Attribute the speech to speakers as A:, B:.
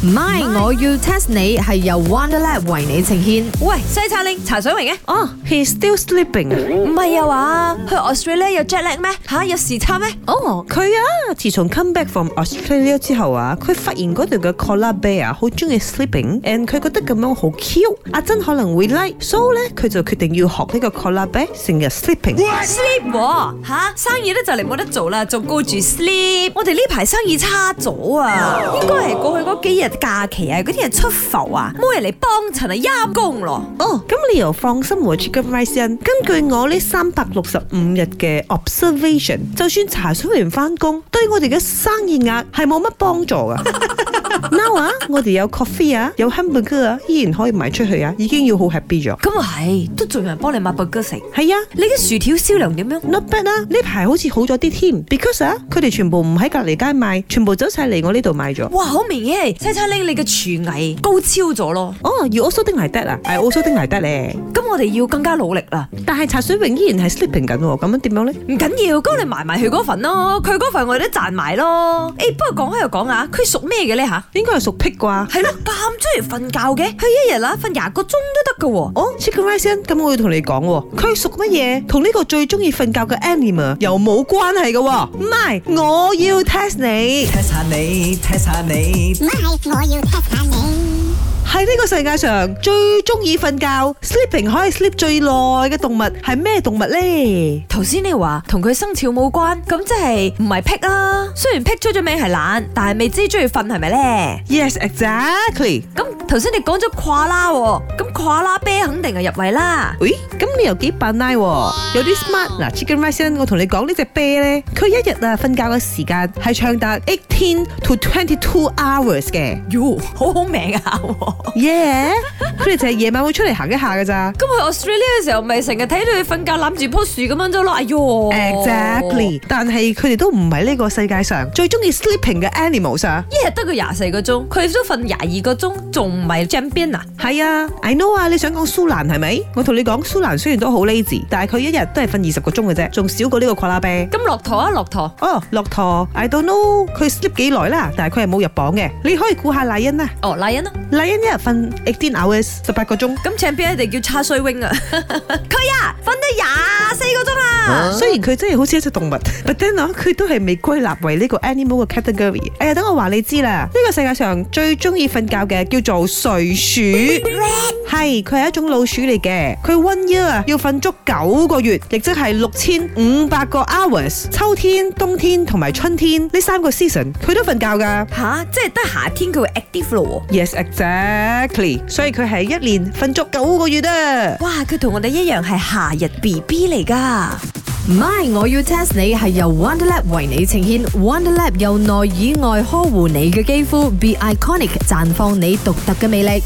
A: My 我要 test 你係由 Wonderlab 為你呈獻。
B: 喂，西餐令茶水榮嘅，
C: 哦，he's Oh, still sleeping。
B: 唔係啊話，去 Australia 有 jet lag 咩？吓有時差咩？
C: 哦，佢啊，自從 come back from Australia 之後啊，佢發現嗰度嘅 koala bear 啊好中意 sleeping，and 佢覺得咁樣好 cute。阿珍可能會 like，so 咧佢就決定要學呢個 koala bear 成日 sleeping。
B: sleep 喎吓，生意咧就嚟冇得做啦，仲顧住 sleep。我哋呢排生意差咗啊，應該係過去嗰幾日假期啊，嗰啲人出埠啊，冇人嚟幫襯啊，陰公咯。
C: 哦，咁你又放心喎，Chicken Rice Inn。根據我呢三百六十五日嘅 observation，就算查詢員翻工，對我哋嘅生意額係冇乜幫助 噶。Now 啊，我哋有 coffee 啊，有 hamburger 啊，依然可以賣出去啊，已經要好 happy 咗。
B: 咁啊係，都仲有人幫你買 burger 食。
C: 係啊。
B: 你嘅薯條銷量點樣？
C: Not bad 啦，呢排好似好咗啲添，because 啊，佢哋全部唔喺隔離街賣，全部走晒嚟我呢度賣咗。
B: 哇，好明顯係西餐廳你嘅廚藝高超咗咯。
C: 哦，you also think like that 啊，I also think like that 咧。
B: 咁我哋要更加努力啦。
C: 但係茶水榮依然係 sleeping 緊喎，咁樣點樣咧？
B: 唔緊要，咁你埋埋佢嗰份咯，佢嗰份我哋都賺埋咯。誒、不過講開又講啊，佢屬咩嘅咧吓？
C: 應該係屬癖啩？
B: 係咯，咁中意瞓覺嘅，佢一日啦瞓廿個鐘都得㗎喎。
C: 哦，Chicken Rice Inn，咁我要同你講喎，佢屬乜嘢？同呢個最中意瞓覺嘅 animal 又冇關係嘅喎。唔係，我要 test 你。
D: 踢下你，踢下你，
E: My，我要 test 下你。
C: 喺呢個世界上最中意瞓覺 sleeping 可以 sleep 最耐嘅動物係咩動物咧？
B: 頭先你話同佢生肖冇關，咁即係唔係癖啊？雖然癖出咗名係懶，但係未知中意瞓係咪咧？
C: Yes, exactly。
B: 咁頭先你講咗跨啦喎，咁跨啦啤肯定係入圍啦。
C: 喂，咁你又幾扮拉喎？有啲 smart 嗱，Chicken Rice Inn，我同你講呢隻啤咧，佢一日啊瞓覺嘅時間係長達18 to 22 hours 嘅。
B: 喲，好好命啊！喎
C: Yeah，佢哋就係夜晚會出嚟行一下㗎咋。
B: 咁去 Australia 嘅時候，咪成日睇到佢瞓覺攬住棵樹咁樣啫咯。哎喲
C: Exactly，但係佢哋都唔係呢個世界上最中意 sleeping 嘅 animals 啊。
B: 一日得個廿四個鐘，佢都瞓廿二個鐘，仲唔係 champion 啊？
C: 係啊，I know 啊，你想講蘇蘭係咪？我同你講，蘇蘭雖然都好 lazy，但係佢一日都係瞓二十個鐘嘅啫，仲少過呢個跨拉啤。
B: 咁駱駝啊，駱駝，
C: 哦，駱駝，I don't know 佢 sleep 幾耐啦，但係佢係冇入榜嘅。你可以估下賴恩啊，
B: 哦，賴恩啊，
C: 賴恩一日瞓 eighteen hours 十八個鐘。
B: 咁 champion 一定叫叉衰 wing 啊， 佢啊瞓得廿四個鐘啊，
C: 雖然佢真係好似一隻動物，but then 啊佢都係未歸納為呢個 animal 嘅 category。哎呀，等我話你知啦，呢、個世界上最中意瞓覺嘅叫做睡鼠，係佢係一種老鼠嚟嘅。佢 one year 啊要瞓足九個月，亦即係六千五百個 hours。秋天、冬天同埋春天呢三個 season 佢都瞓覺㗎。
B: 吓，即係得夏天佢會 active 咯
C: Yes, exactly。所以佢係一年瞓足九個月啊
B: 喎，。哇，佢同我哋一樣係夏日 B B 嚟噶。
A: My 我要 test 你係由 Wonderlab 為你呈獻，Wonderlab 由內以外呵護你嘅肌膚，Be Iconic 綻放你獨特嘅魅力。